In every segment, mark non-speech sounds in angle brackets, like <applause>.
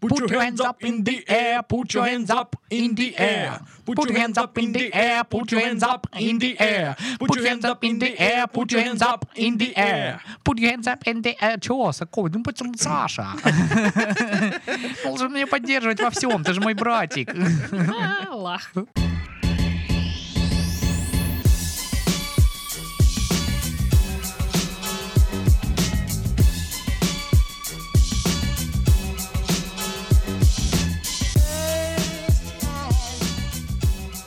Put your hands up in the air, put your hands up in the air. Put your hands up in the air, put your hands up in the air. Put your hands up in the air, put your hands up in the air. Put your hands up in the air. Чего, Соколь? <laughs> Ну почему Саша? Должен меня поддерживать во всем, ты же мой братик. Аллах.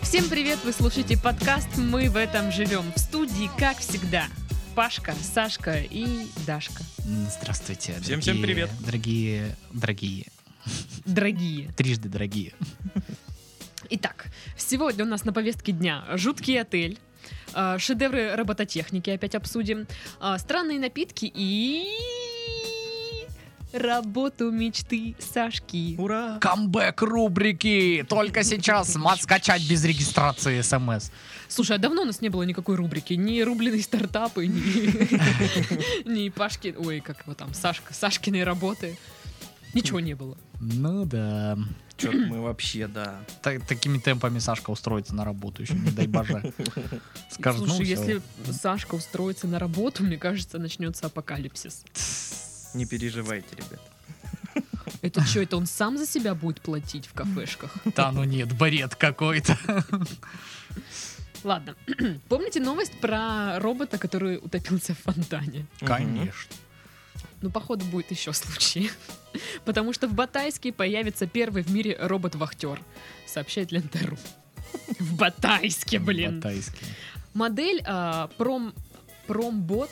Всем привет! Вы слушаете подкаст «Мы в этом живем» в студии, как всегда. Пашка, Сашка и Дашка. Здравствуйте. Всем- всем дорогие- привет. Дорогие, дорогие, Дорогие. трижды дорогие. Итак, сегодня у нас на повестке дня жуткий отель, э, шедевры робототехники опять обсудим, э, странные напитки и... Работу мечты Сашки. Ура! Камбэк рубрики. Только сейчас мат скачать без регистрации смс. Слушай, а давно у нас не было никакой рубрики. Ни рубленые стартапы, ни, <laughs> ни Пашки... Ой, как его там, Сашка, Сашкиной работы. Ничего не было. Ну да. Чё мы вообще, да. Та- такими темпами Сашка устроится на работу еще, не дай <laughs> боже. Скажет, ну всё. Слушай, если Сашка устроится на работу, мне кажется, начнется апокалипсис. Не переживайте, ребят. Это что, это он сам за себя будет платить в кафешках? Да ну нет, бред <laughs> какой-то. Ладно. <clears throat> Помните новость про робота, который утопился в фонтане? Конечно. Ну, походу, будет еще случаи. <laughs> Потому что в Батайске появится первый в мире робот-вахтер, сообщает Лентеру. В Батайске, блин. Батайский. Модель а, пром, промбот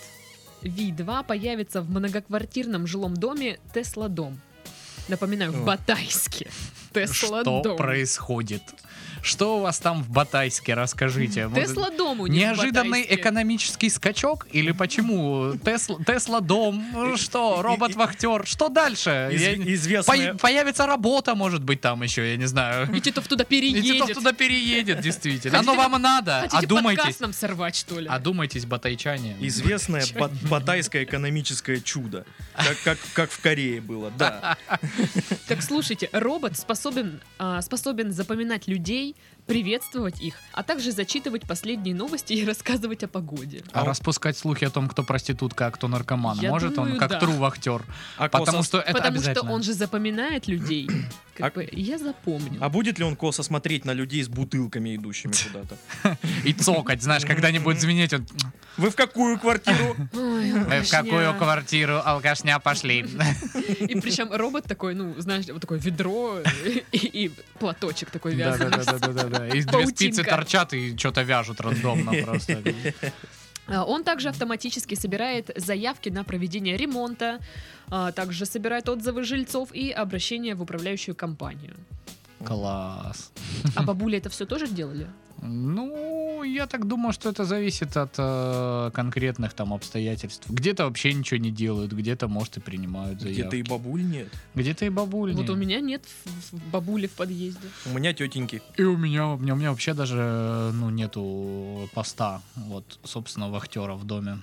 V2 появится в многоквартирном жилом доме Тесла Дом. Напоминаю, в О. <laughs> Батайске. Тесла Что Дом. происходит? Что у вас там в Батайске, расскажите. Может, Тесла Дому не в Неожиданный Батайске. экономический скачок? Или почему? Тесла, Тесла дом, что, робот-вахтер, что дальше? Из- Я- Известная... Пой- Появится работа, может быть, там еще, я не знаю. И Титов туда переедет. И Титов туда переедет, действительно. Хотите- Оно вам надо. Хотите Одумайтесь. подкаст нам сорвать, что ли? Одумайтесь, А батайчане. Известное ба- батайское экономическое чудо, как, как, как в Корее было, <laughs> да. Так слушайте, робот способен, а, способен запоминать людей, приветствовать их, а также зачитывать последние новости и рассказывать о погоде. А распускать слухи о том, кто проститутка, а кто наркоман. Я Может думаю, он, как да. тру-вахтер. А, Потому косо- что это Потому что обязательно. он же <clears throat> запоминает людей. Как А- бы, я запомню. а будет ли он косо смотреть на людей с бутылками, <laughs> идущими куда-то? И цокать, знаешь, когда не будет звенеть, он... Вы в какую <laughs> квартиру? Ой, «Э, В какую алкашня. квартиру алкашня пошли? И причем робот такой, ну, знаешь, вот такое ведро <laughs> и, и платочек такой вязаный. Да-да-да. И две спицы Паутинка. торчат и что-то вяжут рандомно просто. А, Он также автоматически собирает заявки на проведение ремонта, а также собирает отзывы жильцов и обращения в управляющую компанию. Класс. А Хм. бабули это все тоже делали? Ну, я так думаю, что это зависит от э, конкретных там обстоятельств. Где-то вообще ничего не делают, где-то, может, и принимают Где-то и заявки. бабуль нет. Где-то и бабули. Вот у меня нет в- в- бабули в подъезде. У меня тетеньки. И у меня, у меня, у меня вообще даже э, ну, нету поста, вот, собственно, вахтера в доме.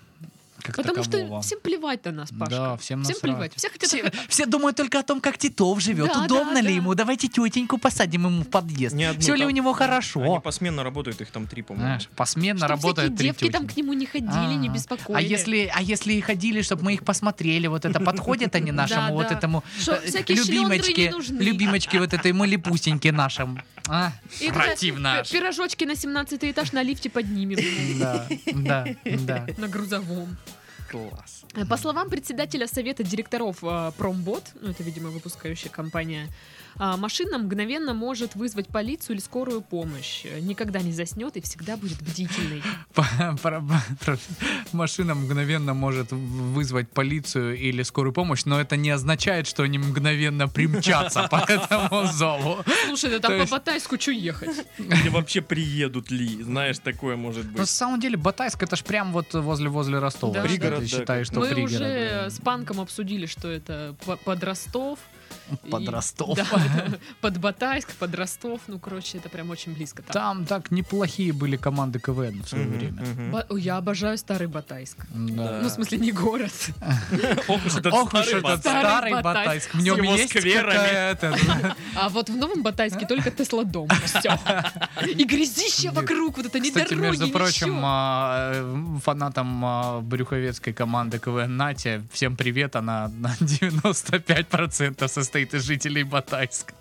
Как Потому что такового. всем плевать на нас, Пашка. а Да, всем всем насрать. плевать. Все хотят Все, все думают только о том, как Титов живет. Да, Удобно да, ли да. ему? Давайте тетеньку посадим ему в подъезд. Ни одну все ли там. у него Они хорошо? посменно работают, их там три, по-моему. Знаешь, посменно чтобы работают всякие три девки там тетеньки. к нему не ходили, не А, беспокоили. А если, а если и ходили, чтобы мы их посмотрели, вот это подходит <laughs> они нашему Да, вот да. этому Шо, э, всякие шлёндры не любимочке, нужны. любимочке вот этой малипусеньке нашим. А, И это противно. пи- Пирожочки на 17 этаж на лифте поднимем. <laughs> Да, да, <laughs> да. На грузовом. Э, Класс. По словам председателя совета директоров э, Промбот, ну это, видимо, выпускающая компания, а, машина мгновенно может вызвать полицию или скорую помощь. Э, Никогда не заснет и всегда будет бдительной. По- про- про- Машина мгновенно может вызвать полицию или скорую помощь, но это не означает, что они мгновенно примчатся по этому зову. Слушай, да То там по есть- Батайску <laughs> что ехать? Или вообще приедут ли, знаешь, такое может Ну, На быть. самом деле Батайск это ж прям вот возле-возле Ростова. Да. Если Пригород, ты да, считаешь, что Мы пригород. уже да. <laughs> с Панком обсудили, что это по- под Ростов, И- Под Ростов. да, <laughs> под Батайск, под Ростов. Ну, короче, это прям очень близко. там. Там так неплохие были команды КВН в свое Мгм, время. мгм. Ба- Ой, я обожаю старый Батайск. Да. Ну, в смысле, не город. <laughs> Ох уж этот Ох уж старый базар. этот старый Батайск. Старый Батайск. Батайск. В нем С его есть скверами. какая-то... А вот в Новом <laughs> Батайске только Теслодом. Все. И грязище Нет. вокруг, вот это не Кстати, дороги, между прочим, ничего. а, э, фанатам а, брюховецкой команды КВН Натя, всем привет, она на <laughs> 95% состоит из жителей Батайска.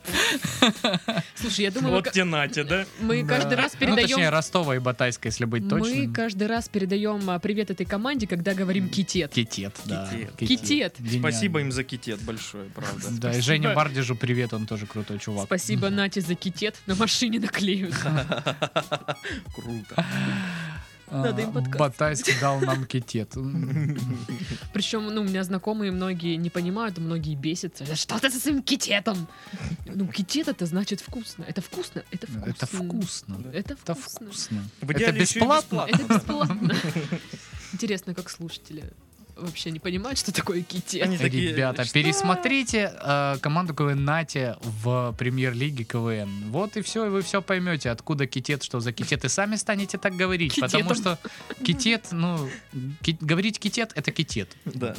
Слушай, я думаю, мы Ну Вот ка- тебе Натя, да? мы каждый раз Ну, точнее, передаем... Ростова и Батайска, если быть Мы точным. каждый раз передаем а, привет этой команде, когда говорим китет. Китет, да. Китет. Китет. Гениально. Спасибо им за китет большое, правда. Да, и Жене Бардижу привет, он тоже крутой чувак. Спасибо, Нате, за китет. На машине наклеют. <laughs> Круто. А, надо им подкаст. Батайск дал нам <laughs> китет. М, Причем, ну, у меня знакомые многие не понимают, многие бесятся. Да Что ты со <laughs> своим китетом? Ну, китет это значит вкусно. Это вкусно, это вкусно. Это вкусно. Это Это вкусно. вкусно. В Это идеале еще и бесплатно? Это бесплатно. <laughs> Интересно, как слушатели вообще не понимают, что такое Они китет. такие, Ребята, «Что?» пересмотрите э, команду КВН Нате в премьер-лиге КВН. Вот и все, и вы все поймете, откуда китет, что за китет, и сами станете так говорить. Потому Китетом. что китет, ну, ки- говорить китет это китет. Да.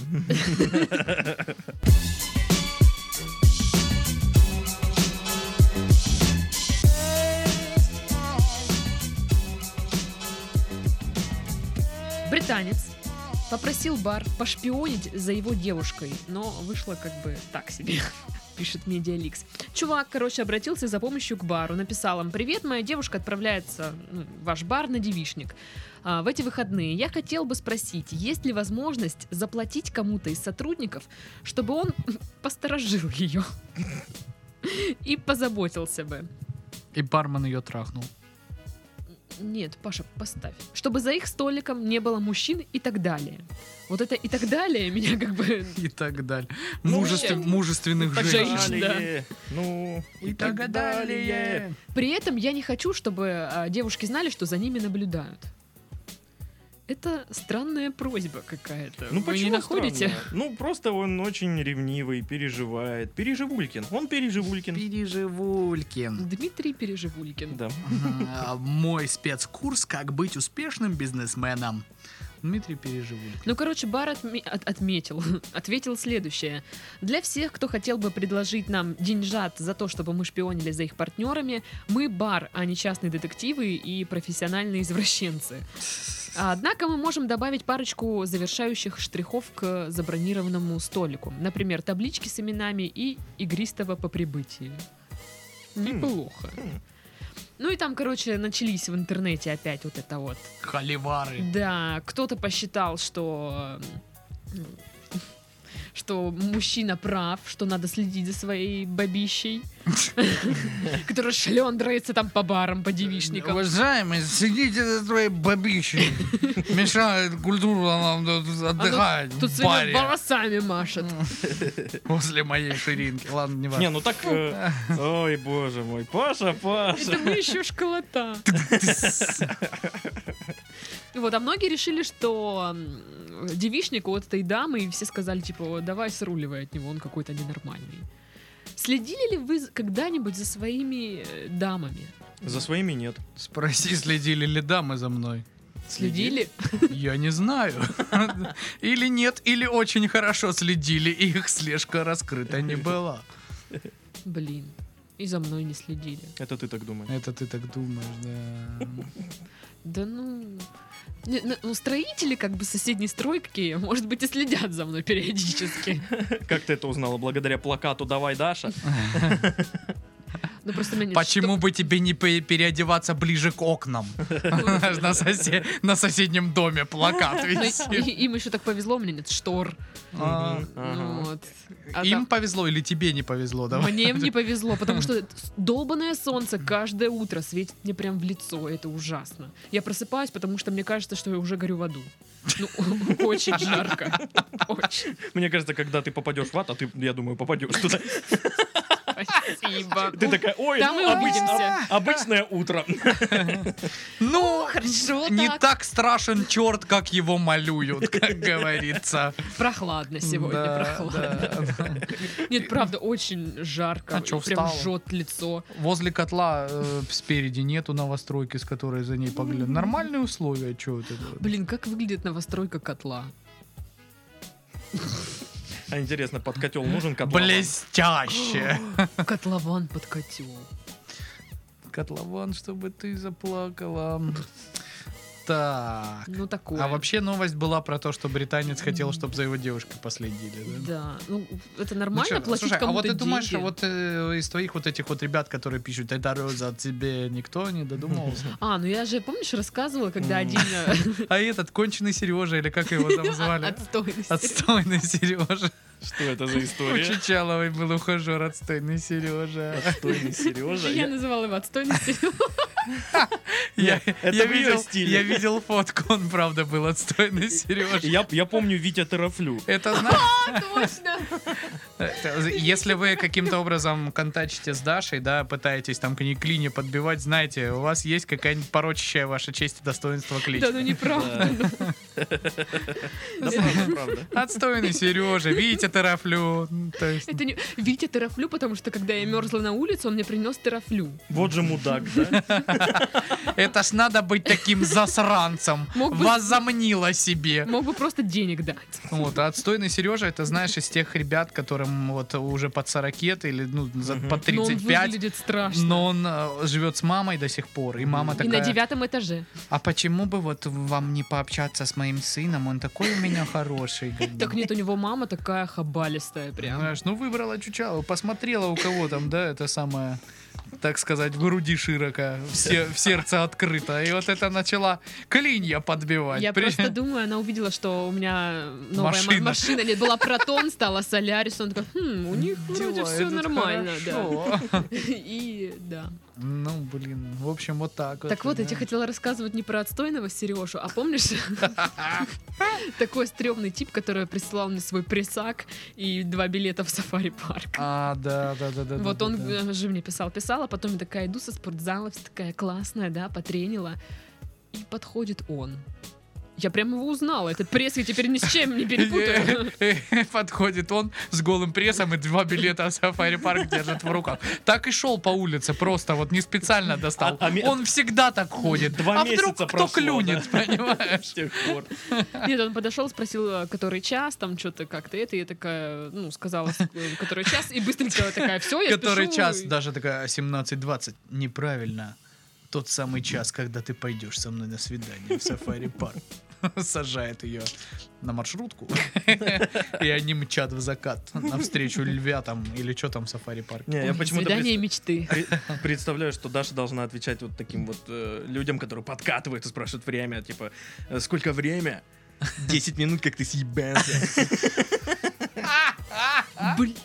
Британец попросил бар пошпионить за его девушкой, но вышло как бы так себе <laughs> пишет Медиаликс. Чувак, короче, обратился за помощью к бару, написал им «Привет, моя девушка отправляется ну, в ваш бар на девичник. А, в эти выходные я хотел бы спросить, есть ли возможность заплатить кому-то из сотрудников, чтобы он <laughs> посторожил ее <laughs> и позаботился бы?» И бармен ее трахнул. Нет, Паша, поставь. Чтобы за их столиком не было мужчин и так далее. Вот это и так далее меня как бы... <laughs> И так далее. Ну, Мужеств- вообще. Мужественных Так женщин. женщин. Далее. Ну, и так далее. При этом я не хочу, чтобы а, девушки знали, что за ними наблюдают. Это странная просьба какая-то. Ну, Вы почему не находите? странно? Ну, просто он очень ревнивый, переживает. Переживулькин. Он переживулькин. Переживулькин. Дмитрий Переживулькин. Да. А, Мой спецкурс «Как быть успешным бизнесменом». Дмитрий Переживулькин. Ну, короче, бар отме- от- отметил, <laughs> ответил следующее. Для всех, кто хотел бы предложить нам деньжат за то, чтобы мы шпионили за их партнерами, мы бар, а не частные детективы и профессиональные извращенцы. А, Однако мы можем добавить парочку завершающих штрихов к забронированному столику. Например, таблички с именами и игристого по прибытии. Неплохо. Хм. Ну и там, короче, начались в интернете опять вот это вот Холивары. да, кто-то посчитал, что м, что мужчина прав, что надо следить за своей бабищей, <laughs> которая шлендрается там по барам, по девичникам. Уважаемый, сидите за своей бабищей. Мешает культуру нам тут А тут- отдыхать Тут в баре <laughs> своими волосами машет. после моей ширинки. Ладно, не Не, важно. ну так... э, Ой, боже мой. Паша, Паша. <laughs> Это мы еще школота. Вот, а многие решили, что м, девичник у вот этой дамы, и все сказали, типа, «О, давай сруливай от него, он какой-то ненормальный. Следили ли вы з- когда-нибудь за своими э, дамами? За своими нет. Спроси, следили ли дамы за мной. Следили? Я не знаю. <laughs> Или нет, или очень хорошо следили, и их слежка раскрыта не была. Блин. И за мной не следили. Это ты так думаешь. Это ты так думаешь, да. Да ну... Не, ну, ну, строители как бы соседней стройки, может быть, и следят за мной периодически. Как ты это узнала? Благодаря плакату «Давай, Даша». Ну просто меня... Почему бы тебе не пе- переодеваться ближе к окнам? <laughs> Знаешь, на сосе- На соседнем доме плакат что- <laughs> висит. И- Им еще так повезло, у меня нет штор. А, Мгм, Ну ага. вот. А Им там- повезло или тебе не повезло? Давай. Мне им не повезло, <laughs> потому что долбанное солнце каждое утро светит мне прям в лицо, это ужасно. Я просыпаюсь, потому что мне кажется, что я уже горю в аду. Ну, <laughs> <laughs> очень жарко. Очень. Мне кажется, когда <laughs> ты попадешь в ад, а ты, я думаю, попадешь туда. Спасибо. Спасибо. Ты такая, ой, Там и ну, обыч- увидимся. а- обычное утро. Ну, хорошо не так. так страшен черт, как его <laughs> малюют, как говорится. Прохладно сегодня, Да, прохладно. да, да. Нет, правда, очень жарко. А чё Прям встала? жжет лицо. Возле котла э, спереди нету новостройки, с которой за ней погляд. Нормальные условия, чего это? Блин, как выглядит новостройка котла? А интересно, под котел нужен котлован? <gasps> Блестяще! Котлован под котел. Котлован, чтобы ты заплакала. Так. Ну такое. А вообще новость была про то, что британец хотел, чтобы за его девушкой последили, да? Да. Ну, это Ну нормально чё, платить слушай, а кому-то вот ты думаешь, деньги? вот э, из твоих вот этих вот ребят, которые пишут, это роза, тебе никто не <laughs> додумался? А, ну я же, помнишь, рассказывала, когда М. один э, <laughs> А этот, конченый Сережа, или как его там <laughs> звали? отстойный сериал. Отстойный Сережа. <laughs> Что это за У история? А Чичаловой был ухажер, отстойный Сережа. Отстойный Сережа. Я Я- называла его отстойный <laughs> сериал. Я, Нет, это я в её видел, стиле. я видел фотку, он правда был <laughs> отстойный Сережа. Я, я помню Витя Терафлю. Это знаешь, Точно. это- если вы каким-то образом контачите с Дашей, да, пытаетесь там к ней клини подбивать, знаете, у вас есть какая-нибудь порочащая ваша честь и достоинство клич. Да, <laughs> ну неправда. Да правда, правда. Отстойный Сережа, Витя Терафлю. То есть, Это не... Витя терафлю, потому что когда я мерзла на улице, он мне принес терафлю. Вот же мудак, да? это ж надо быть таким засранцем. Мог бы- Возомнила себе. Мог бы просто денег дать. Вот, а отстойный Сережа, это знаешь, из тех ребят, которым вот уже под 40 или ну, за, Мгм. под Но он 35. выглядит страшно. Но он э, живет с мамой до сих пор, и мама И на такая, девятом этаже. а почему бы вот вам не пообщаться с моим сыном, он такой у меня хороший. говорит. Так нет, у него мама такая хабалистая прям. Знаешь, ну выбрала Чучалова, посмотрела у кого там, да, это самое, так сказать, в груди широко, в, се- в сердце открыто. И вот это начала клинья подбивать. Я При- <laughs> просто думаю, она увидела, что у меня новая ма- Машина. машина, или была Протон, стала Солярис, он такой, «Хм, у них вроде Дела все идут нормально, да. хорошо. <laughs> И да. Ну, блин, в общем, вот так. Так вот, я тебе да. хотела рассказывать не про отстойного Сережу, <laughs> а помнишь такой стрёмный тип, который прислал мне свой прессак и два билета в сафари-парк. А, да, да, да, да. Вот да, он да. э, же мне писал, писал, а потом я такая иду со спортзала, вся такая классная, да, потренила. И подходит он. Я прям его узнала. Этот пресс я теперь ни с чем не <laughs> перепутаю. Э, Подходит он с голым прессом и два билета в Сафари Парк держит в руках. Так и шел по улице, просто вот не специально достал. А- а ме- Он всегда так ходит. Два а вдруг месяца кто прошло, клюнет, понимаешь? С тех пор. Нет, он подошел, спросил, э, который час, там что-то как-то это. Я такая, ну, сказала, с- э, который час, и быстренько такая, все, я Который спешу». час, даже такая 17.20, неправильно. Тот самый час, когда ты пойдешь со мной на свидание в Сафари Парк. <laughs> Сажает ее на маршрутку. <laughs> И они мчат в закат навстречу львятам или что там в Сафари Парк. Не, я почему-то Свидание мечты. пред- представляю, что Даша должна отвечать вот таким вот э, людям, которые подкатывают и спрашивают время, типа, «Э, сколько время? 10 минут, как ты <laughs> съебался. А? Блин,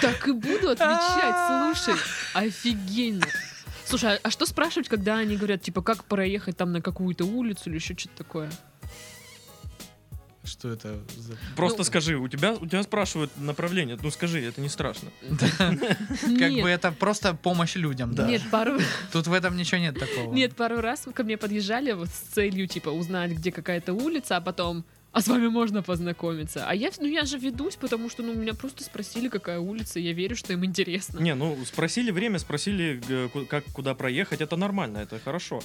так и буду отвечать, слушай, офигенно. Слушай, а- а что спрашивать, когда они говорят, типа, как проехать там на какую-то улицу или еще что-то такое? Что это за... <laughs> Просто Ну. скажи, у тебя, у тебя спрашивают направление, ну скажи, это не страшно. Как Нет, бы это просто помощь людям, да. нет, <laughs> пару, Тут в этом ничего нет такого. нет, пару раз ко мне подъезжали вот с целью, типа, узнать, где какая-то улица, а потом... А с вами можно познакомиться. А я, ну я же ведусь, потому что ну, меня просто спросили, какая улица, и я верю, что им интересно. Не, ну спросили время, спросили, г- ку- как куда проехать, это нормально, это хорошо.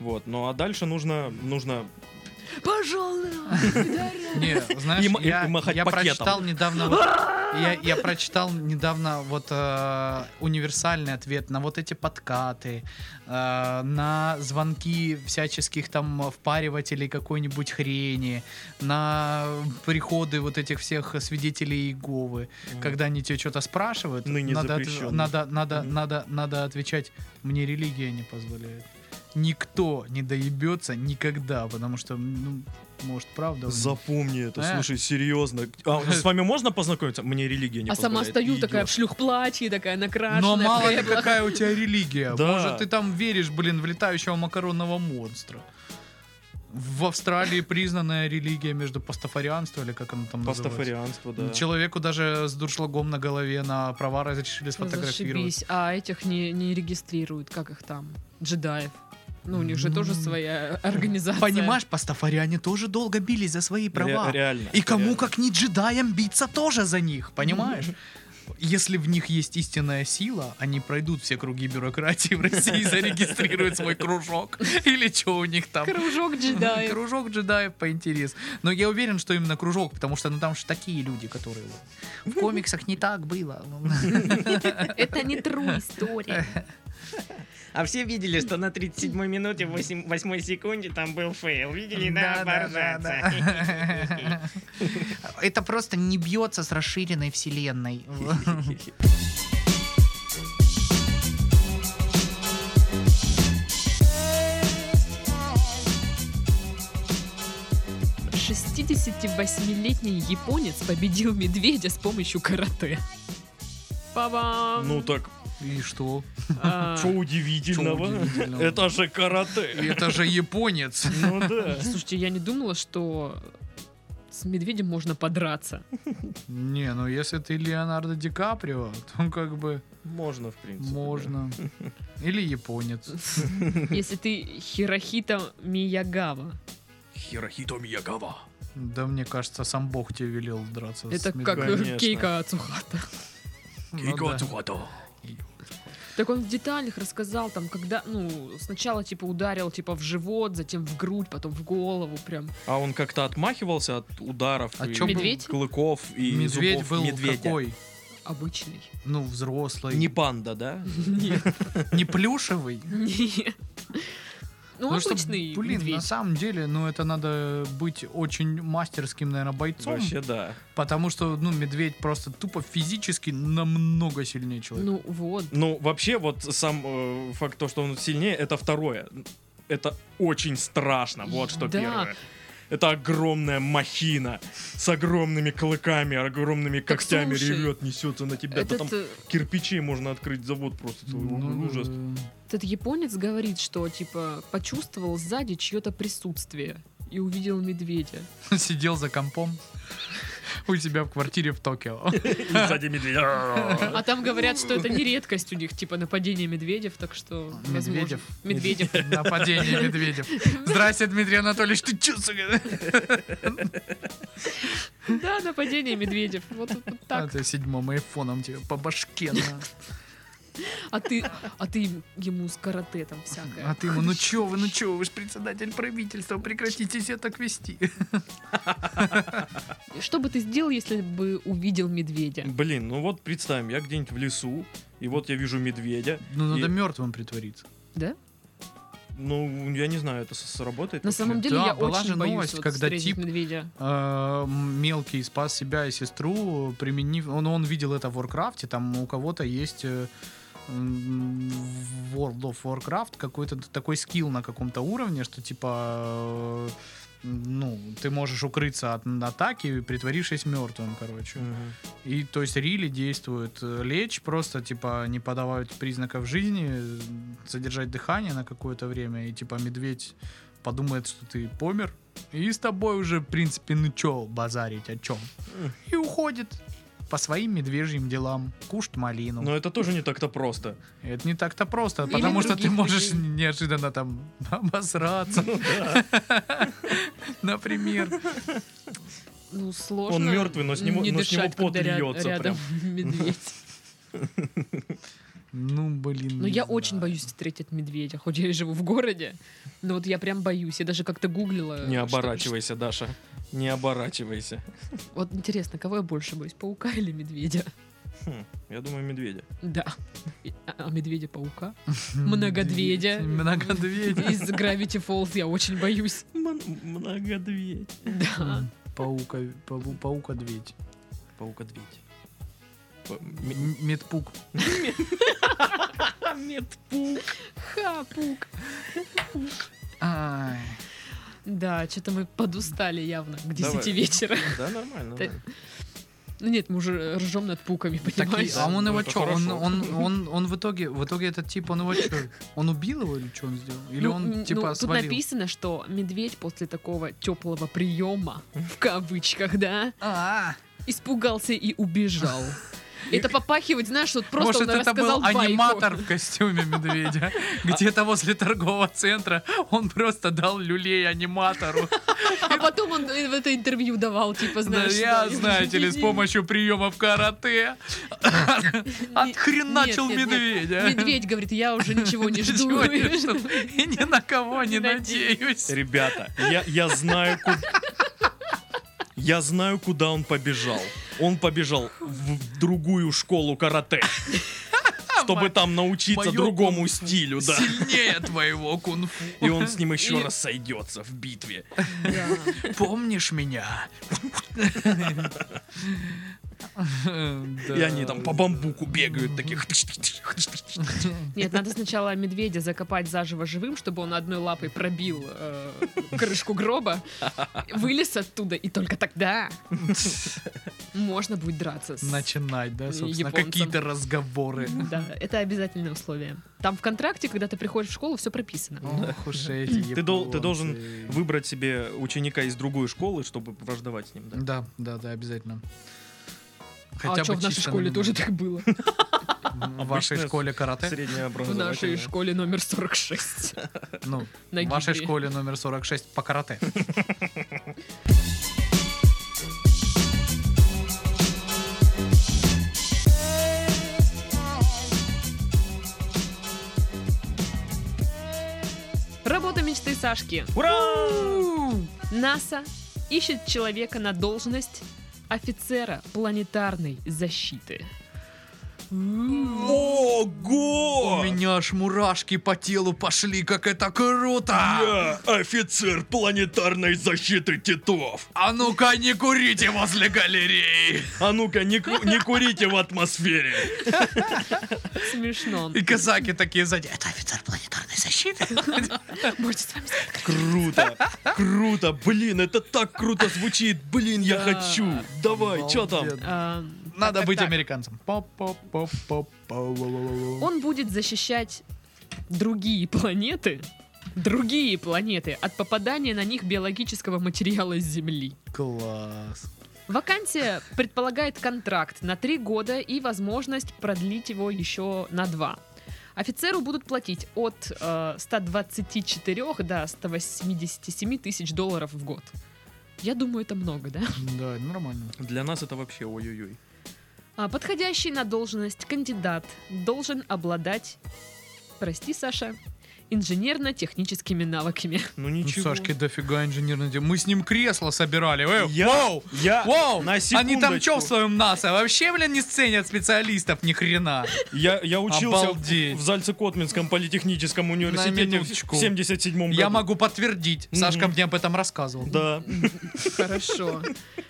Вот, ну а дальше нужно, нужно <laughs> Пожалуйста, Не, знаешь, И ма- и я, махать я пакетом. прочитал недавно, вот- я, я прочитал недавно вот э, универсальный ответ на вот эти подкаты, э, на звонки всяческих там впаривателей какой-нибудь хрени, на приходы вот этих всех свидетелей Иеговы, когда они тебя что-то спрашивают, Ныне надо, отв- запрещенный. надо, надо, Мгм. надо, надо отвечать, мне религия не позволяет. Никто не доебется никогда, потому что, ну, может, правда. у них- <laughs> Запомни это, Э. слушай, серьезно. А с вами можно познакомиться? Мне религия не А сама позволяет. стою И такая в идёшь. шлюхплатье, такая накрашенная. Но в мало ли креплах. какая у тебя религия. Да. Может, ты там веришь, блин, в летающего макаронного монстра. В Австралии признанная религия между пастафарианство, или как оно там называется? Пастафарианство, да. Человеку даже с дуршлагом на голове на права разрешили сфотографировать. Зашибись. А этих не, не регистрируют, как их там? Джедаев. Ну, у них же тоже М. своя организация. Понимаешь, пастафариане тоже долго бились за свои права. Ре- реально. И кому реально. как не джедаям биться тоже за них, понимаешь? Если в них есть истинная сила, они пройдут все круги бюрократии в России, зарегистрируют свой кружок. Или что у них там? Кружок джедаев. Кружок джедаев по интерес. Но я уверен, что именно кружок, потому что ну там же такие люди, которые вот, в комиксах не так было. Это не true история. А все видели, что на 37 минуте 8, 8 секунде там был фейл. Видели, да, да. <laughs> Это просто не бьется с расширенной вселенной. <laughs> Ш- 68-летний японец победил медведя с помощью карате. Па-бам! Ну так, И что? А, что удивительного? Чё удивительного? Это же карате. Это же японец. Ну да. Слушайте, я не думала, что с медведем <laughs> можно подраться. Не, ну если ты Леонардо Ди Каприо, то как бы Можно, в принципе. можно. Или японец. Если ты Хирохита Миягава. Хирохито Миягава. Да мне кажется, сам бог тебе велел драться. Это с как медведем. конечно. э, Кейка Ацухата. Ну Кейко да. Цухато. Так он в деталях рассказал, там, когда, ну, сначала, типа, ударил, типа, в живот, затем в грудь, потом в голову, прям. А он как-то отмахивался от ударов А и чё был? Медведь? клыков и Медведь зубов был медведя. какой? Обычный. <laughs> Ну, взрослый. Не Не, панда, да? Нет, плюшевый. нет. Ну, Потому что, обычный блин, на медведь. самом деле, ну, это надо быть очень мастерским, наверное, бойцом. Вообще да. Потому что, ну, медведь просто тупо физически намного сильнее человека. Ну, вот. Ну, вообще, вот сам э, факт то, что он сильнее, это второе. Это очень страшно, вот что Да. первое. Это огромная махина с огромными клыками, огромными Так когтями слушай, ревет, несется на тебя. Да Этот, там э, кирпичей можно открыть завод просто целый Ну, ужас. э, этот японец говорит, что, типа, почувствовал сзади чье-то присутствие и увидел медведя. <laughs> Сидел за компом <laughs> у себя в квартире в Токио. <laughs> И сзади медведь. А там говорят, <laughs> что это не редкость у них, типа, нападение медведев, так что... возможно. Медведев? Медведев. Нападение медведев. Здрасте, Дмитрий Анатольевич, ты чё, сука? Да, нападение медведев. Вот вот так. Это А седьмым айфоном тебе по башке. на. А ты, а ты ему с карате там всякое. А ты ему, ну чё вы, ну чё вы, вы ж председатель правительства, прекратите себя так вести. Что бы ты сделал, если бы увидел медведя? Блин, ну вот представим, я где-нибудь в лесу, и вот я вижу медведя. Ну И- надо мертвым притвориться. Да? Ну, я не знаю, это с- сработает. На вообще? самом деле Да, я была очень же боюсь новость, вот когда встретить тип- медведя. Э, мелкий спас себя и сестру, применив... Он, он видел это в Варкрафте, там у кого-то есть э, м, в World of Warcraft какой-то такой скилл на каком-то уровне, что типа... э, Ну, ты можешь укрыться от атаки, притворившись мертвым, короче. Мгм. И то есть Рили действует э, лечь, просто типа не подавать признаков жизни, э, задержать дыхание на какое-то время, и типа медведь подумает, что ты помер, и с тобой уже, в принципе, ну чё базарить, о чем? И уходит по своим медвежьим делам, кушать малину. Но это тоже не так-то просто. Это не так-то просто, Ну, Или потому что ты других можешь людей. неожиданно там <laughs> обосраться. Например. Ну, сложно. Он мертвый, но с него- не но с него дышать, пот когда ря- льется рядом <laughs> медведь. Ну, блин. Но не я очень знаю. боюсь встретить медведя, хоть я и живу в городе, но вот я прям боюсь. Я даже как-то гуглила. Не Э, что- оборачивайся, Даша. Не оборачивайся. что- Вот интересно, кого я больше боюсь, паука или медведя? <laughs> Хм, я думаю, медведя. Да. И- а- А медведя-паука? Многодведя. <laughs> Многодведя. <laughs> Многодведя. Из Gravity Falls я очень боюсь. Многодведь. Да. Паука, пау, паукодведь. Паукодведь. М- Медпук. А Ха, паук. А, Ай. Да, что-то мы подустали явно к Давай. 10 вечера. Да, нормально. Ты- да. Ну нет, мы уже ржем над пуками, Так и- понимаешь? а он Ну, его это что? Он, хорошо. он, он, он в итоге, в итоге этот тип, он его чё, Он убил его или что он сделал? Или Ну, он м, типа ну, тут свалил? написано, что медведь после такого теплого приема, в кавычках, да, А, испугался и <laughs> убежал. Это попахивает, знаешь, вот просто Может, он это рассказал был байку. аниматор в костюме <laughs> медведя. Где-то возле торгового центра он просто дал люлей аниматору. А потом он э, в это интервью давал, типа, Да <laughs> знаешь... я, да, и- знаете ли, с помощью приемов карате отхреначил нет, нет, нет. медведя. Медведь говорит, я уже ничего не жду. Ничего не <laughs> жду. <laughs> И ни на кого не Не надеюсь. надеюсь. Ребята, я, я знаю, куда... Я знаю, куда он побежал. Он побежал в другую школу карате, чтобы там научиться Моё другому кунг-фу. стилю, да. Сильнее твоего кунг-фу. И он с ним еще И- раз сойдется в битве. Да. Помнишь меня? И они там по бамбуку бегают таких. Нет, надо сначала медведя закопать заживо живым, чтобы он одной лапой пробил э, крышку гроба, вылез оттуда, и только тогда можно будет драться. с- Начинать, да, собственно, Японцам. какие-то разговоры. Да, это обязательное условие. Там в контракте, когда ты приходишь в школу, все прописано. Ох уж эти Ты дол- ты должен японцы. <laughs> Выбрать себе ученика из другой школы, чтобы враждовать с ним, да? Да, да, да, обязательно. а что, в нашей чисто школе тоже номинально. так было? В вашей Обычно школе карате? Среднее В нашей образование. школе номер 46. Ну, <laughs> На в вашей Гидре. школе номер 46 по карате. Работа мечты Сашки. НАСА ищет человека на должность офицера планетарной защиты. У Ого! меня аж мурашки по телу пошли, как это круто! Я офицер планетарной защиты титов. А ну-ка не курите возле галереи! А ну-ка, не, ку- не курите в атмосфере. Смешно. <laughs> И казаки такие сзади. Это офицер планетарной защиты. Можете с вами Круто, круто, блин, это так круто звучит, блин, я хочу. Давай, чё там? Молодец. А, Надо так, быть так. американцем. Он Он будет защищать другие планеты, другие планеты от попадания на них биологического материала с Земли. класс. Вакансия предполагает контракт на три года и возможность продлить его еще на два. Офицеру будут платить от э, 124 до 187 тысяч долларов в год. Я думаю, это много, да? Да, нормально. Для нас это вообще ой-ой-ой. А, Подходящий на должность кандидат должен обладать, прости, Саша, инженерно-техническими навыками. Ну Ну, ничего. Сашке дофига инженерный дел. Мы с ним кресло собирали. Эй, Я- Вау! Я, Вау! на Они там что секундочку. в своем НАСА? Вообще, блин, не ценят специалистов ни хрена. я, я учился в, Обалдеть. в Зальцекотминском политехническом университете в минуточку. 77 году. Я могу подтвердить. Сашка Мгм. мне об этом рассказывал. Да, Хорошо.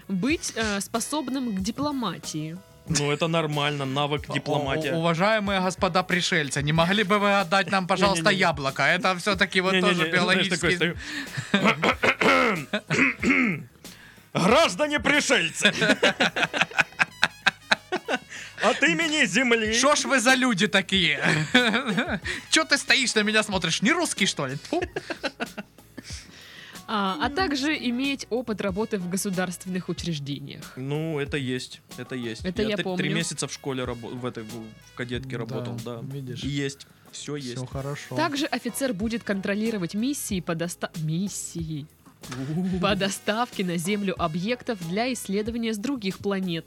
Быть э, способным к дипломатии. ну это нормально, навык дипломатия. А, У- у- Уважаемые господа пришельцы, не могли бы вы отдать нам, пожалуйста, Не-не-не. яблоко? Это все-таки вот Не-не-не, тоже знаешь, такой биологический... стою. Граждане пришельцы! <laughs> От имени Земли. Что ж вы за люди такие? <laughs> Че ты стоишь на меня смотришь? Не русский, что ли? Тьфу. А, а также иметь опыт работы в государственных учреждениях. Ну, это есть, это есть. Это я три- помню. Три месяца в школе работал, в этой в в кадетке работал, да. Видишь, Есть, все есть. все хорошо. Также офицер будет контролировать миссии по доста... миссии по доставке на Землю объектов для исследования с других планет,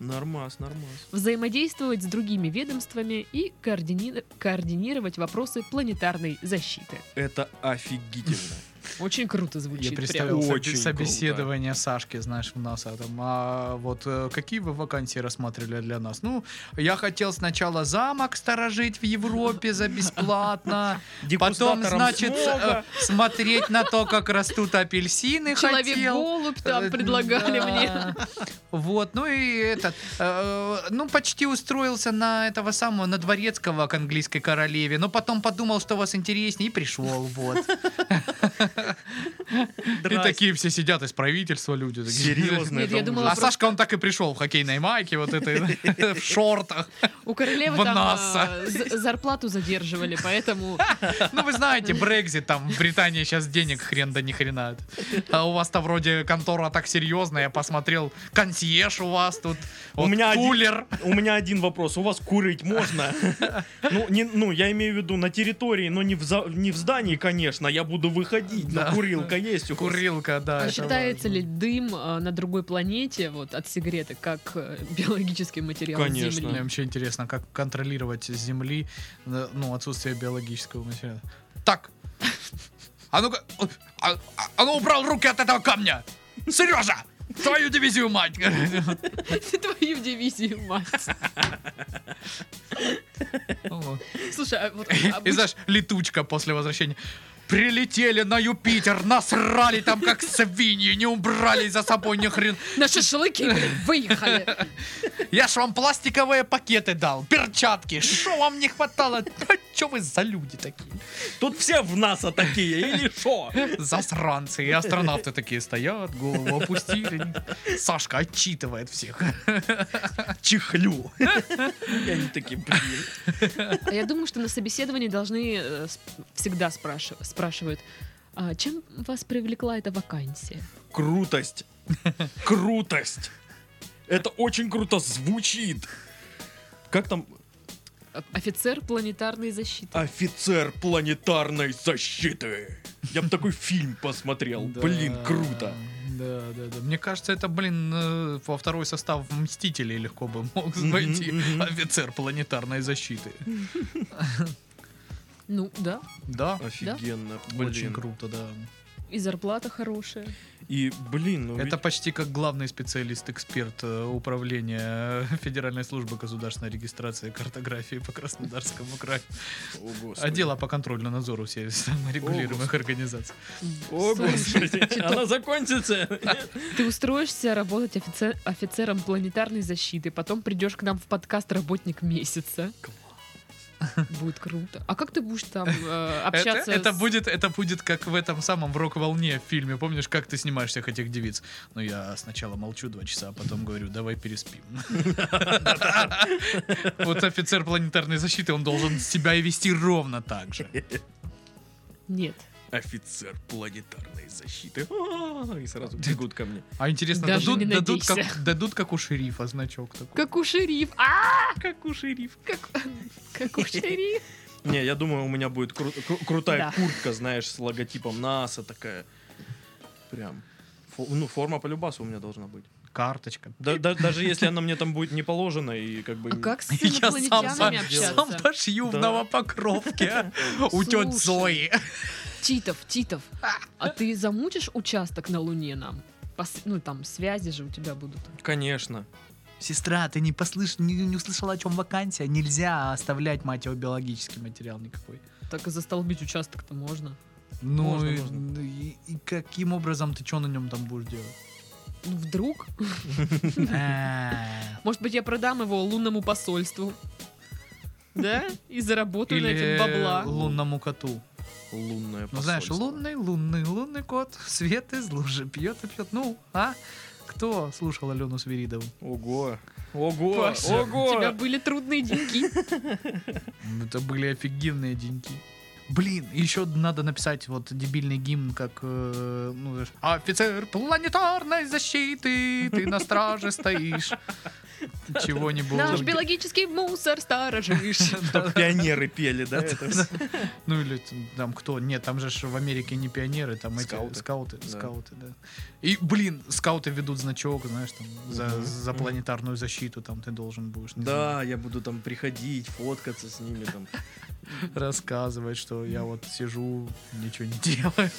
Нормас, нормас. взаимодействовать с другими ведомствами и координи- координировать вопросы планетарной защиты. Это офигительно. Очень круто Я звучит. прям. представил Очень соби- собеседование Сашки, знаешь, в нас. А, там, а вот э, какие вы вакансии рассматривали для нас? Ну, я хотел сначала замок сторожить в Европе за <laughs> бесплатно. Потом, Дегустатором значит, смога. э, смотреть на то, как растут апельсины хотел. Человек-голубь там Э, предлагали да. мне. Вот, ну и этот, э, ну почти устроился на этого самого, на <laughs> дворецкого к английской королеве, но потом подумал, что у вас интереснее и пришел, вот. э, И такие все сидят из правительства люди. такие. Серьезно, Нет, я это А думала, ужас. Ну, просто- Сашка, он так и пришел в хоккейной майке, вот этой, <laughs> в шортах. У королевы В там НАСА. э, з- зарплату задерживали, <laughs> поэтому Ну, вы знаете, Брекзит, там, в Британии сейчас денег хрен да ни хрена. А у вас-то вроде контора так серьезная, я посмотрел, консьерж у вас тут, У вот меня один- кулер. У меня один вопрос. У вас курить можно? Ну, не, ну, я имею в виду на территории, но не в, за- не в здании, конечно. Я буду выходить, но Да. курилка есть. у вас. Курилка, да. а это считается важно. ли дым э, на другой планете вот от сигареты как э, биологический материал Конечно. Земли? Мне вообще интересно, как контролировать с Земли э, ну, отсутствие биологического материала. Так, а ну-ка, а, а- а ну убрал руки от этого камня! Сережа! Твою дивизию, мать! <laughs> Твою дивизию, мать. <laughs> Слушай, а вот И обыч- знаешь, летучка после возвращения. Прилетели на Юпитер, насрали там как свиньи, не убрали за собой ни хрен. на шашлыки блин, выехали. Я ж вам пластиковые пакеты дал, перчатки, что вам не хватало? А чё вы за люди такие? Тут все в НАСА такие, или что? Засранцы. И астронавты такие стоят, голову опустили. Сашка отчитывает всех. Чихлю. И они такие, блин. А Я думаю, что на собеседовании должны э, сп- всегда спрашивать, спрашивают, «А чем вас привлекла эта вакансия? Крутость. Крутость. Это очень круто звучит. Как там? Э, Офицер планетарной защиты. Офицер планетарной защиты. Я бы такой фильм посмотрел. Блин, круто. Да, да, да. Мне кажется, это, блин, э, во второй состав Мстителей легко бы мог Мгм, войти мгм. офицер планетарной защиты. Ну, да. Да, Офигенно, очень блин. круто, да. И зарплата хорошая. И, блин, ну Это почти как главный специалист-эксперт э, управления э, Федеральной службы государственной регистрации и картографии по Краснодарскому краю. ведь- О, господи. Отдела по контролю надзору всех регулируемых организаций. О, господи. Она закончится. Ты устроишься работать офице- офицером планетарной защиты, потом придешь к нам в подкаст «Работник месяца». Будет круто. А как ты будешь там э, общаться? Это, это с- будет, это будет как в этом самом в рок-волне в фильме. Помнишь, как ты снимаешь всех этих девиц? Ну, я сначала молчу два часа, а потом говорю, давай <laughs> переспим. Вот офицер планетарной защиты, он должен себя и вести ровно так же. Нет. Офицер планетарной защиты. <laughs> А, И сразу бегут ко мне. А интересно, Даже дадут, не дадут, надейся. как, дадут как у шерифа значок такой? Как у шериф. А, Как у шериф. как, как у шериф. Не, я думаю, у меня будет кру- кру- крутая Да. куртка, знаешь, с логотипом НАСА такая. Прям. Фо- Ну, форма по любасу у меня должна быть. Карточка. Да- да- даже если она мне там будет не положена и как бы... А не- как с Я сам, сам, инопланетянами сам общаться? пошью в Да. Новопокровке а, у теть Зои. Слушай. Титов, Титов, а ты замутишь участок на Луне нам? Пос- Ну, там связи же у тебя будут. Конечно. Сестра, ты не послыш... не, не услышала, о чем вакансия? Нельзя оставлять, мать его, биологический материал никакой. Так и застолбить участок-то можно. Ну, Можно, и, можно. ну и- и каким образом ты что на нем там будешь <laughs> делать? Ну, вдруг? А, Может быть, я продам его лунному посольству. Да? И заработаю на Или этом бабла. лунному коту. Лунная Ну, знаешь, посольство. лунный, лунный, лунный кот. Свет из лужи пьет и пьет. Ну, а? Кто слушал Алену Свиридову? Ого. Ого. Паша, У тебя Ого. были трудные деньги. Это были офигенные деньги. Блин, еще надо написать вот дебильный гимн, как э, ну, знаешь, офицер планетарной защиты, ты на страже стоишь. Чего-нибудь. Наш биологический мусор сторожишь. Чтоб пионеры пели, да? это всё? Ну или т- там кто? Нет, там же ж в Америке не пионеры, там эти Скауты. скауты, Да. скауты, да. И, блин, скауты ведут значок, знаешь, там за, Мгм, за мгм. планетарную защиту, там ты должен будешь. не знаю, Да, я буду там приходить, фоткаться с ними <laughs> там. рассказывать, что я вот сижу, ничего не делаю.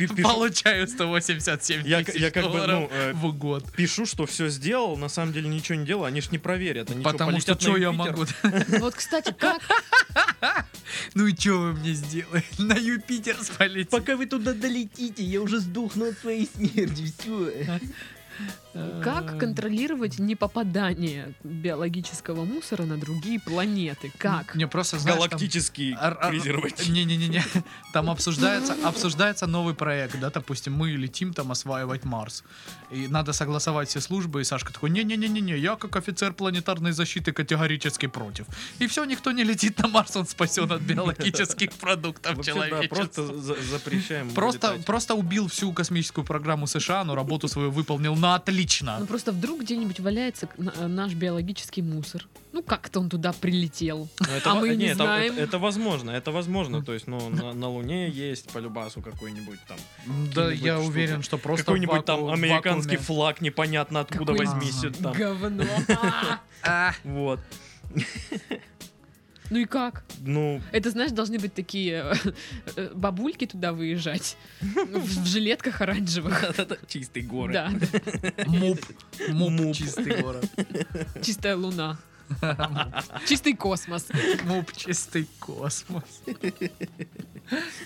И пишу- Получаю 187 Я к- тысяч я как бы, ну, долларов э, в год. Пишу, что все сделал, на самом деле ничего не делал, они ж не проверят. Они чё, Потому что полетят на что я Юпитер? могу? <laughs> Вот, кстати, как? Ну и что вы мне сделали? <laughs> На Юпитер спалить? Пока вы туда долетите, я уже сдохну от своей смерти, все. Э, Как контролировать непопадание биологического мусора на другие планеты? Как? Мне просто, знаешь, там- Галактический Ар- ар- презерватив. <laughs> Не-не-не-не. Там обсуждается, обсуждается новый проект, да, допустим, мы летим там осваивать Марс. И надо согласовать все службы, и Сашка такой, не-не-не-не, я как офицер планетарной защиты категорически против. И все, никто не летит на Марс, он спасен от <laughs> биологических продуктов Вообще, да, человечества. просто за- запрещаем ему <laughs> Просто, летать. просто убил всю космическую программу США, но работу свою выполнил на Ну отлично. просто вдруг где-нибудь валяется к- на- наш биологический мусор. Ну как-то он туда прилетел. Но это а во- мы не это- знаем. Это, это возможно, это возможно. То есть, ну, на, на Луне есть по любасу какой-нибудь там. Да, Ну, Какие-нибудь я штуки. уверен, что просто Какой-нибудь в там ваку- в американский вакууме. флаг, непонятно откуда Какой- возьми сё- там. Говно. А! А, Вот. Ну и как? Ну, Это, знаешь, должны быть такие э, бабульки туда выезжать в в жилетках оранжевых. чистый город. Да, муп, муп, Муп. <laughs> чистый город. да. чистая луна. Чистый космос. Муп чистый космос.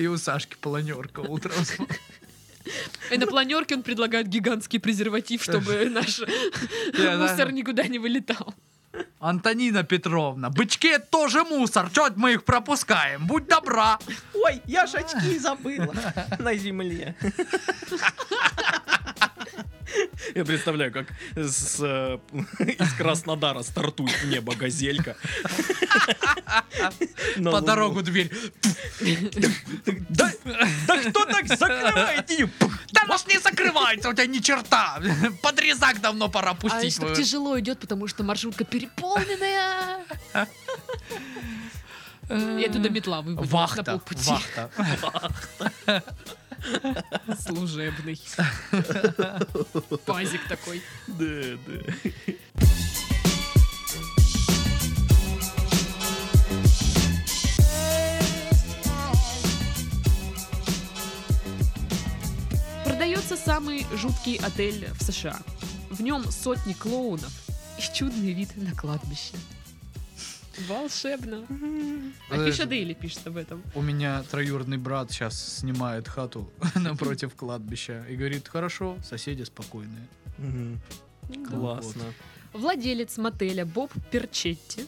И у Сашки планерка утром. <laughs> И на планерке он предлагает гигантский презерватив, чтобы наш Я мусор даже- никуда не вылетал. Антонина Петровна, бычки это тоже мусор, чё это мы их пропускаем? Будь добра. Ой, я ж очки забыла на земле. Я представляю, как с, э, из Краснодара стартует в небо газелька. Ну, На По Луну. дорогу дверь. Да да кто так закрывает? её? Да она ж не закрывается, у тебя ни черта. Подрезак давно пора А пустить. так тяжело идет, потому что маршрутка переполненная. Я туда Ну, метла выведу на Вахта, полпути. вахта. Служебный. Пазик такой. Да, да. Продается самый жуткий отель в США. В нем сотни клоунов и чудный вид на кладбище. Волшебно. Афиша Дейли А пишет об этом. У меня троюродный брат сейчас снимает хату <laughs> напротив кладбища и говорит, хорошо, соседи спокойные. Мгм. Ну да. Классно. Владелец мотеля Боб Перчетти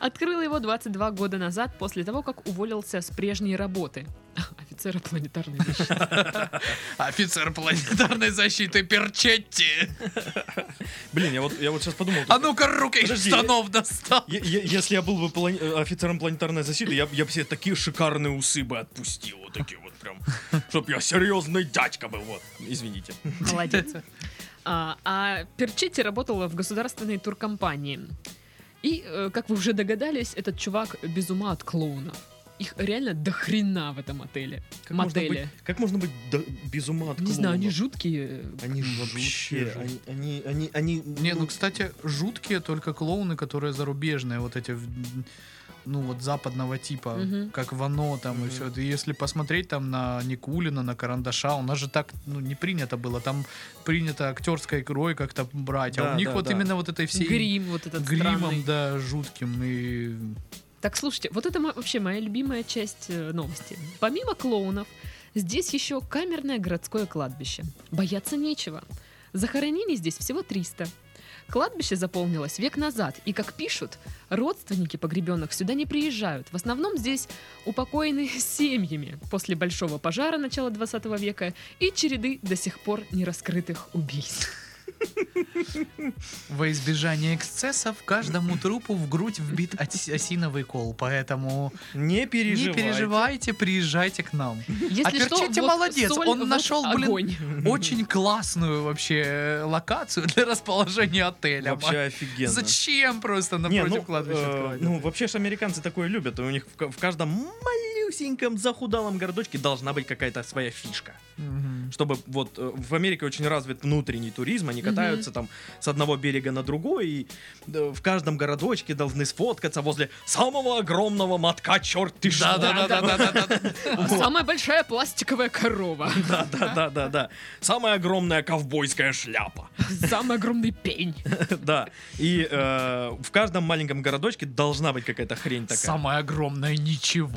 открыл его 22 года назад после того, как уволился с прежней работы. <laughs> Офицера планетарной защиты. Офицер планетарной защиты Перчетти. Блин, я вот я вот сейчас подумал. ну, А ну-ка руки из Подожди, штанов достал. Е- е- Если я был бы плани- э, офицером планетарной защиты, я, б- я бы себе такие шикарные усы бы отпустил, вот такие вот прям, чтоб я серьезный дядька был, вот, извините. Молодец. А, а Перчетти работала в государственной туркомпании. И, э, как вы уже догадались, этот чувак без ума от клоунов. Их реально до хрена в этом отеле. можно мотеле. быть- как можно быть до- без ума от Не знаю, они клоунов? жуткие. э, Они Вообще вообще, они, они, они, они- Не, ну, кстати, жуткие только клоуны, которые зарубежные, вот эти, в- ну, вот западного типа, Мгм. как Вано там Мгм. и все. Если посмотреть там на Никулина, на Карандаша, у нас же так, ну, не принято было, там принято актерской игрой как-то брать, а Да, у них да, вот да. именно вот этой всей... Грим вот этот Гримом, странный. да, жутким и... Так, слушайте, вот это мо- вообще моя любимая часть э, новости. Помимо клоунов, здесь еще камерное городское кладбище. Бояться нечего. Захоронений здесь всего 300. Кладбище заполнилось век назад, и, как пишут, родственники погребенных сюда не приезжают. В основном здесь упокоены <laughs> семьями после большого пожара начала 20 века и череды до сих пор нераскрытых убийств. <laughs> Во избежание эксцессов каждому трупу в грудь вбит ос- осиновый кол, поэтому не переживай. не переживайте, приезжайте к нам. Если что, Перчетти вот А молодец, соль, он вот нашел, блин, огонь. Очень классную вообще э, локацию для расположения отеля. Вообще офигенно. Зачем просто Не, напротив ну, кладбища э, открывать? ну, вообще же американцы такое любят. У них в, ка- в каждом малюсеньком захудалом городочке должна быть какая-то своя фишка. Мгм. Чтобы вот э, в Америке очень развит внутренний туризм, они Мгм. катаются там с одного берега на другой, и э, в каждом городочке должны сфоткаться возле самого огромного мотка, черт ты что. <laughs> Да-да-да-да-да-да. Самая большая пластиковая корова. да, да, да, да, да. Самая огромная ковбойская шляпа. <laughs> Самый огромный пень. Да. И э, в каждом маленьком городочке должна быть какая-то хрень такая. Самое огромное ничего.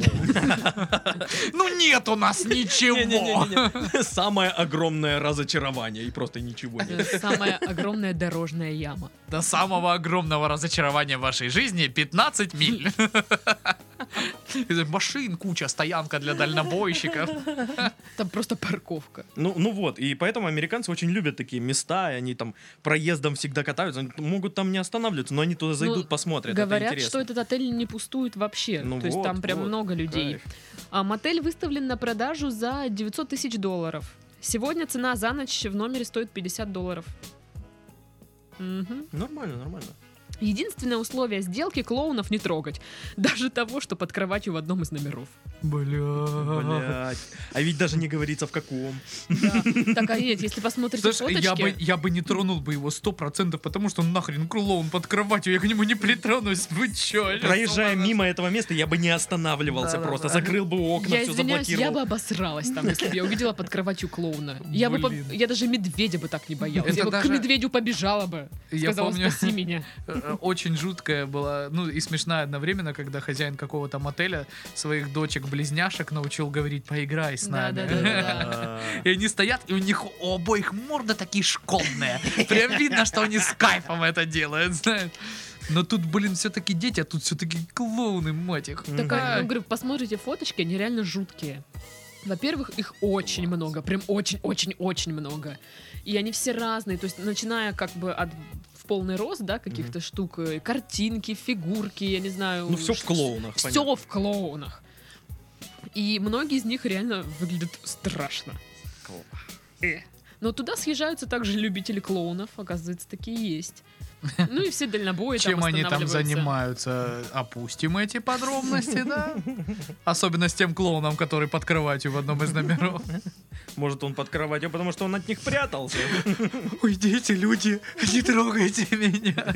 Ну нет у нас ничего. Не-не-не-не. <laughs> Самое огромное разочарование. И просто А ничего нет. Самая огромная дорожная яма. До самого огромного разочарования в вашей жизни <laughs> 15 миль. Машин куча, стоянка для дальнобойщиков. Там просто парковка. Ну, ну вот, и поэтому американцы очень любят такие места, и они там проездом всегда катаются, они могут там не останавливаться, но они туда зайдут, Ну, посмотрят. Говорят, это что интересно. этот отель не пустует вообще. Ну То есть вот, там прям вот, много людей. Кайф. А мотель выставлен на продажу за 900 тысяч долларов. Сегодня цена за ночь в номере стоит 50 долларов. Мгм. Нормально, нормально. Единственное условие сделки клоунов не трогать. Даже того, что под кроватью в одном из номеров. Бля. Блять. А ведь даже не говорится в каком. Так, а нет, если посмотрите Слушай, я бы, фоточки... я бы не тронул бы его сто процентов, потому что нахрен клоун под кроватью, я к нему не притронусь, вы чё? Проезжая Что мимо этого места, я бы не останавливался Да-да-да. просто, закрыл бы окна, Я все извиняюсь, я заблокировал. бы обосралась там, если бы я увидела под кроватью клоуна. Я бы, Блин. поб- я даже медведя бы так не боялась. Это Я бы даже- к медведю побежала бы. Я Сказала, помню. спаси меня. Э, Очень жуткая была, ну и смешная одновременно, когда хозяин какого-то мотеля своих дочек-близняшек научил говорить «поиграй с нами». Да-да-да-да-да. А, <laughs> И они стоят, и у них у обоих морда такие школьные. Прям видно, что они с кайфом это делают, знаешь. Но тут, блин, все-таки дети, а тут все-таки клоуны, мать их. Такая, Ай. ну, говорю, посмотрите фоточки, они реально жуткие. Во-первых, их очень много, прям очень-очень-очень много. И они все разные, то есть начиная как бы от в полный рост, да, каких-то штук, э, картинки, фигурки, я не знаю. Ну все в клоунах, Все понятно. в клоунах. И многие из них реально выглядят страшно. Э. Но туда съезжаются также любители клоунов, оказывается, такие есть. Ну и все дальнобои Чем там они там останавливаются. занимаются? Опустим эти подробности, да? Особенно с тем клоуном, который под кроватью в одном из номеров. Может, он под кроватью, потому что он от них <laughs> прятался. Уйдите, люди, не трогайте меня.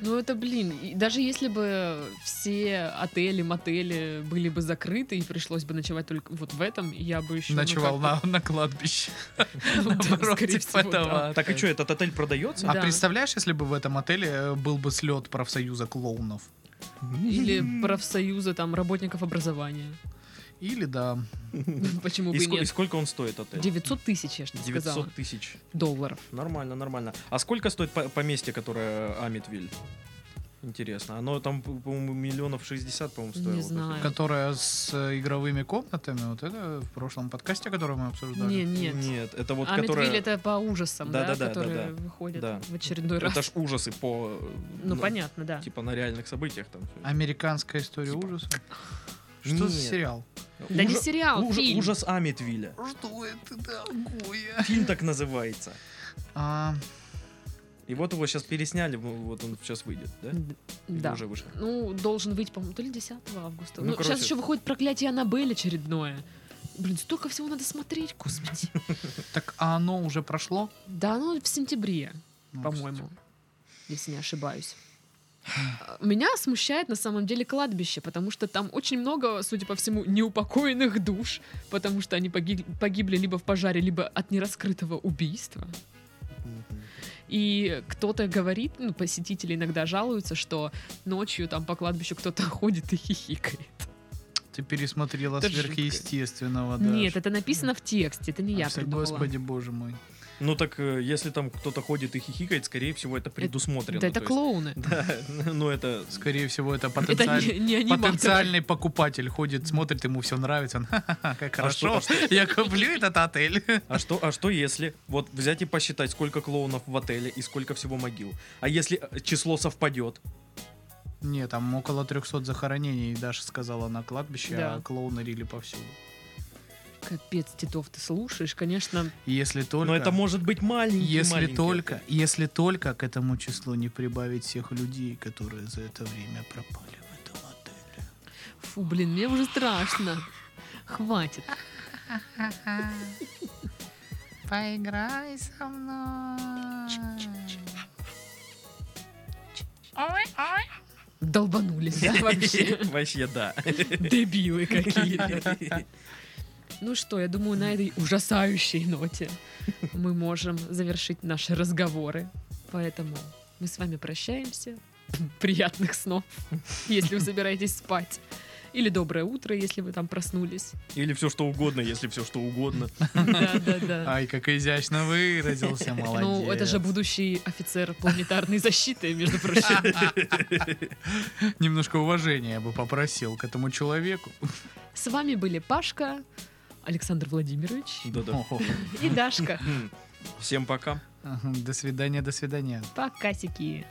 Ну это, блин, и даже если бы все отели, мотели были бы закрыты и пришлось бы ночевать только вот в этом, я бы еще... Ночевал на, на кладбище. <laughs> Скорее Против всего, да. этого. Так и что, этот отель продается? А Да. представляешь, если бы в этом отеле э, был бы слет профсоюза клоунов? Или профсоюза там работников образования. <laughs> Или да. Почему бы И и ско- и нет? сколько он стоит отель? 900 тысяч, я же не сказала, 900 тысяч. долларов. Нормально, нормально. А сколько стоит по- поместье, которое Амитвиль? Интересно. Оно там, по- по-моему, миллионов 60, по-моему, Не стоило. знаю. Которая с э, игровыми комнатами, вот это в прошлом подкасте, который мы обсуждали. Не, Нет. нет. Нет, это вот А которое... это по ужасам, да, Да-да-да-да-да. которые выходят Да. в очередной раз. Это ж ужасы по... э, Ну, понятно, да. Типа на реальных событиях там. всё. Американская история Типа. ужаса. А Что за Нет. сериал? Да не Ужа- сериал, ужа- фильм. Ужас Амитвилля. Что это такое? Фильм так называется. А, И вот его сейчас пересняли, ну, вот он сейчас выйдет, да? Или Да. уже вышел? Ну, должен выйти, по-моему, то ли 10 августа. Ну, Ну, короче. сейчас еще выходит проклятие Аннабель очередное. Блин, столько всего надо смотреть, господи. так а оно уже прошло? Да, ну в сентябре, Ну, по-моему, если не ошибаюсь. А, Меня смущает на самом деле кладбище, потому что там очень много, судя по всему, неупокоенных душ, потому что они погиб- погибли либо в пожаре, либо от нераскрытого убийства. И кто-то говорит, ну, посетители иногда жалуются, что ночью там по кладбищу кто-то <laughs> ходит и хихикает. Ты пересмотрела Это сверхъестественного, да. Нет, это написано в тексте, это не я придумала. Господи, боже мой. Ну так, э, если там кто-то ходит и хихикает, скорее всего, это предусмотрено. Да это Ну, то есть- клоуны. Да, <laughs> ну это... Скорее всего, это Это потенциально. не, не аниматоры. Потенциальный покупатель ходит, смотрит, ему все нравится. Он, «Ха-ха-ха, как А что- хорошо, я куплю этот отель. <laughs> А что, а что если вот взять и посчитать, сколько клоунов в отеле и сколько всего могил? А если э, число совпадет? Не, там около 300 захоронений, Даша сказала, на кладбище, Да. а клоуны рили повсюду. Капец, Титов, ты слушаешь, конечно. И Если только... Но это может быть маленький. если маленький только, отель. если только к этому числу не прибавить всех людей, которые за это время пропали в этом отеле. Фу, блин, мне уже страшно. Хватит. Поиграй со мной. Ой, ой. Долбанулись, да, вообще? <laughs> Вообще да. Дебилы какие-то. Ну что, я думаю, на этой ужасающей ноте мы можем завершить наши разговоры. Поэтому мы с вами прощаемся. Приятных снов, если вы собираетесь спать. Или доброе утро, если вы там проснулись. Или все что угодно, если все что <laughs> угодно. Да, да, да. Ай, как изящно выразился, молодец. Ну, это же будущий офицер планетарной защиты, между <laughs> прочим. Немножко уважения я бы попросил к этому человеку. С вами были Пашка, Александр Владимирович <laughs> Да-да. Хм. О, и Дашка. Всем пока. До свидания, до свидания. Пока, сики.